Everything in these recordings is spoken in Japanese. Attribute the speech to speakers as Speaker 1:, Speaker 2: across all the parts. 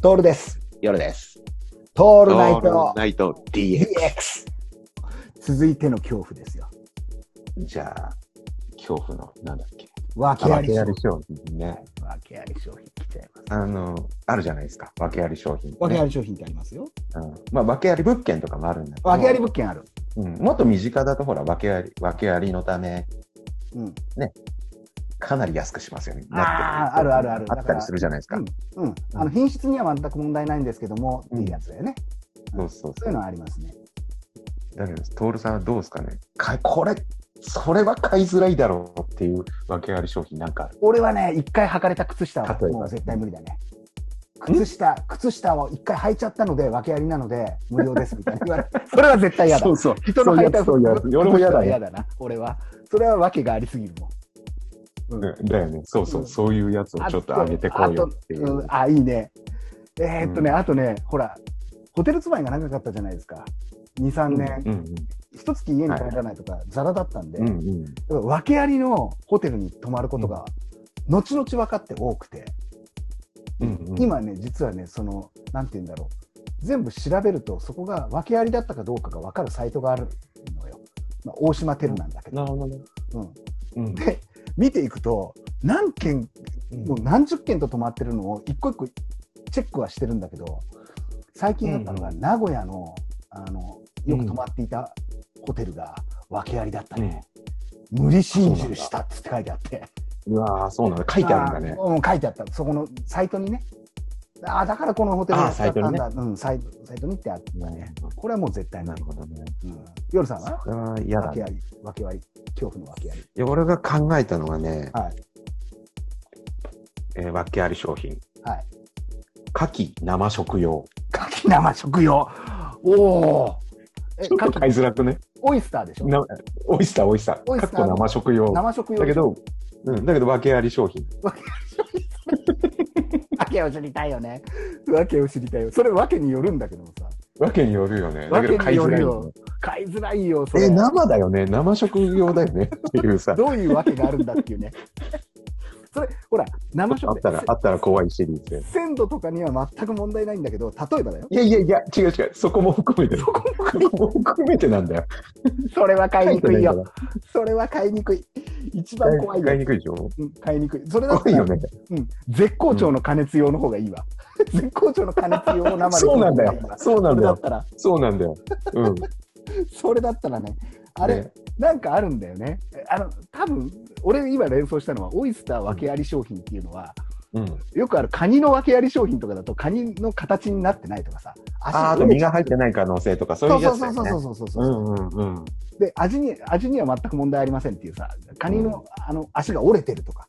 Speaker 1: トールです。
Speaker 2: 夜です。
Speaker 1: ト
Speaker 2: オ
Speaker 1: ールナイト
Speaker 2: ナイト DX。
Speaker 1: DX。続いての恐怖ですよ。
Speaker 2: じゃあ、恐怖の、なんだっけ。
Speaker 1: 訳あり商品。
Speaker 2: 商品ね。
Speaker 1: 訳あり商品来ちゃいます。
Speaker 2: あの、あるじゃないですか。訳あり商品、ね。
Speaker 1: 訳あり商品ってありますよ。
Speaker 2: うん、まあ、訳あり物件とかもあるんだけど。
Speaker 1: 訳あり物件ある。
Speaker 2: うん、もっと身近だと、ほら、訳あり、訳ありのため、
Speaker 1: うん。
Speaker 2: かなり安くしますよね。
Speaker 1: あーあ
Speaker 2: なってる
Speaker 1: るあるある
Speaker 2: あったりするじゃないですか。
Speaker 1: だうん。あの、品質には全く問題ないんですけども、
Speaker 2: うん
Speaker 1: いいやつだよね。
Speaker 2: そうそう
Speaker 1: そう
Speaker 2: そ
Speaker 1: いう
Speaker 2: う。
Speaker 1: のはありますね。
Speaker 2: だけど、徹さんはどうですかね。かこれ、それは買いづらいだろうっていう訳あり商品なんかある。
Speaker 1: 俺はね、一回履かれた靴下
Speaker 2: 例
Speaker 1: は
Speaker 2: えば
Speaker 1: もう絶対無理だね。靴下、靴下を一回履いちゃったので、訳ありなので、無料ですみたいな 言われそれは絶対嫌だ。
Speaker 2: うそう。
Speaker 1: 人の履いた
Speaker 2: そういうやつそういうやつ俺も嫌だね
Speaker 1: 靴下はな。俺は。それは訳がありすぎるもん。
Speaker 2: うんだよね。そうそうう、
Speaker 1: ん
Speaker 2: そういうやつをちょっと上げてこうよっていう。
Speaker 1: あとうんあ、いいね。えーっとね、あとね、ほら、ホテル住まいが長かったじゃないですか。2、3年、
Speaker 2: うん
Speaker 1: 一月家に帰らないとか、ザラだったんで、
Speaker 2: うんう
Speaker 1: だか
Speaker 2: んう
Speaker 1: ら
Speaker 2: ん
Speaker 1: 訳ありのホテルに泊まることが、後々分かって多くて、
Speaker 2: うんうん、
Speaker 1: 今ね、実はね、その、なんて言うんだろう、全部調べると、そこが訳ありだったかどうかが分かるサイトがあるのよ。まあ、大島テルなんだけど、
Speaker 2: るほどね。
Speaker 1: うん、
Speaker 2: うん
Speaker 1: 見ていくと、何件もう何十件と泊まってるのを一個一個チェックはしてるんだけど最近あったのが
Speaker 2: うん
Speaker 1: 名古屋のあのよく泊まっていたホテルが訳ありだったね、無理心中したっつって書いてあって
Speaker 2: うんうわーそうなんだ。書いてあるんだね
Speaker 1: あ。ーうん書いてあったそこのサイトにねああだからこのホテル
Speaker 2: あーサイトにね
Speaker 1: だったんだうんサイサイトにってあったねこれはもう絶対ない、
Speaker 2: どね。
Speaker 1: うん、夜さんは
Speaker 2: それは嫌だ
Speaker 1: 訳あり訳あり恐怖の訳あり
Speaker 2: いや俺が考えたのはね、
Speaker 1: はい
Speaker 2: えー、訳あり商品。
Speaker 1: はい
Speaker 2: 牡蠣生食用。
Speaker 1: 牡蠣生食用おおえ
Speaker 2: ちょっと
Speaker 1: 牡
Speaker 2: 買い
Speaker 1: 蠣
Speaker 2: づらくね。
Speaker 1: オイスターでしょ
Speaker 2: なオイスター、オイスター。
Speaker 1: オイスター
Speaker 2: かっこ生食用。
Speaker 1: 生食用
Speaker 2: だけど、うん、だけど訳あり商品。
Speaker 1: 訳を知りたいよね。訳を知りたいよ。それ訳によるんだけどもさ。
Speaker 2: 訳によるよね。だ
Speaker 1: 訳
Speaker 2: けど買
Speaker 1: に
Speaker 2: い
Speaker 1: よ
Speaker 2: づら
Speaker 1: る
Speaker 2: い
Speaker 1: よ
Speaker 2: よ。。
Speaker 1: 買いづらいよ、それ。
Speaker 2: え、生だよね。生食用だ よね。っていうさ。
Speaker 1: どういう訳があるんだっていう ね。それ、ほら、生
Speaker 2: あ
Speaker 1: 食
Speaker 2: ったら、あったら怖いシリーズで。
Speaker 1: 鮮度とかには全く問題ないんだけど、例えばだよ。
Speaker 2: いやいやいや、違う違う。そこも含めて。そこも含めてなんだよ。
Speaker 1: それは買いにくい
Speaker 2: 書
Speaker 1: よ。
Speaker 2: て
Speaker 1: それは買いにくい。一
Speaker 2: な
Speaker 1: 番
Speaker 2: いか
Speaker 1: 怖
Speaker 2: ら。
Speaker 1: い
Speaker 2: 買い
Speaker 1: よ。
Speaker 2: にくいでしょ
Speaker 1: うん買いにくい。それだった
Speaker 2: 怖
Speaker 1: ら
Speaker 2: いよ、ね。
Speaker 1: うん、絶好調の加熱用の方がいいわ。絶好調の加熱用を生で食
Speaker 2: そう
Speaker 1: う
Speaker 2: な
Speaker 1: の
Speaker 2: んだ
Speaker 1: がいい
Speaker 2: よ
Speaker 1: わ。
Speaker 2: そうな
Speaker 1: そ
Speaker 2: ん
Speaker 1: れ
Speaker 2: だ
Speaker 1: だっ
Speaker 2: よ。
Speaker 1: たら、
Speaker 2: そうなんだよ。うん。
Speaker 1: それだったらね、あれ、
Speaker 2: ね
Speaker 1: なんかあるんだよね。えあの多分俺今連想したのはオイスター訳あり商品っていうのは、
Speaker 2: うん。
Speaker 1: よくあるカニの訳あり商品とかだとカニの形になってないとかさ、足
Speaker 2: あーあと身が入ってない可能性とか、そういうや
Speaker 1: そう
Speaker 2: つだ
Speaker 1: そう
Speaker 2: よ
Speaker 1: そう
Speaker 2: ね。
Speaker 1: そうそうそうう。
Speaker 2: んうんうん。
Speaker 1: で味に味には全く問題ありませんっていうさ、カニの、あの足が折れてるとか、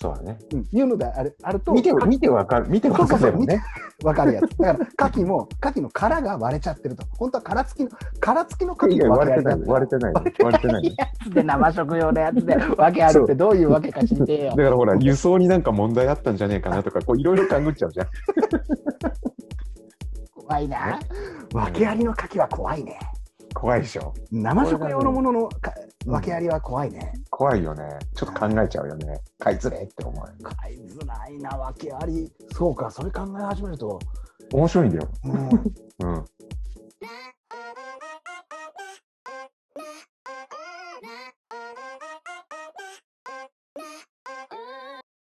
Speaker 2: そうだね。
Speaker 1: うん、いうのであるあると
Speaker 2: 見て、見てわかる、見てわかるよね。
Speaker 1: わかるやつ。だからカキもカキの殻が割れちゃってると、本当は殻付きの殻付きのカ
Speaker 2: い
Speaker 1: キ
Speaker 2: や、
Speaker 1: が
Speaker 2: 割
Speaker 1: 訳あ
Speaker 2: れて
Speaker 1: り
Speaker 2: な
Speaker 1: だ
Speaker 2: い。
Speaker 1: った
Speaker 2: 割れてない。割 れてない。
Speaker 1: やつで生食用のやつで訳あるってどういうわけか知ってえ
Speaker 2: だ
Speaker 1: よ
Speaker 2: か。らほら、輸送になんか問題あったんじゃねえかなとか、こういろいろ勘ぐっちゃうじゃん。
Speaker 1: 怖いな
Speaker 2: ね。
Speaker 1: 訳ありの牡蠣は怖いね。
Speaker 2: 怖いでしょ。
Speaker 1: 生食用のもののか
Speaker 2: うん
Speaker 1: 訳ありは怖いね。
Speaker 2: 怖いよね。ちょっと考えちゃうよね。買いづれって思う。
Speaker 1: 買いづらいな、訳あり。そうか、それ考え始めると、
Speaker 2: 面白いんだよ。
Speaker 1: うん、
Speaker 2: うん。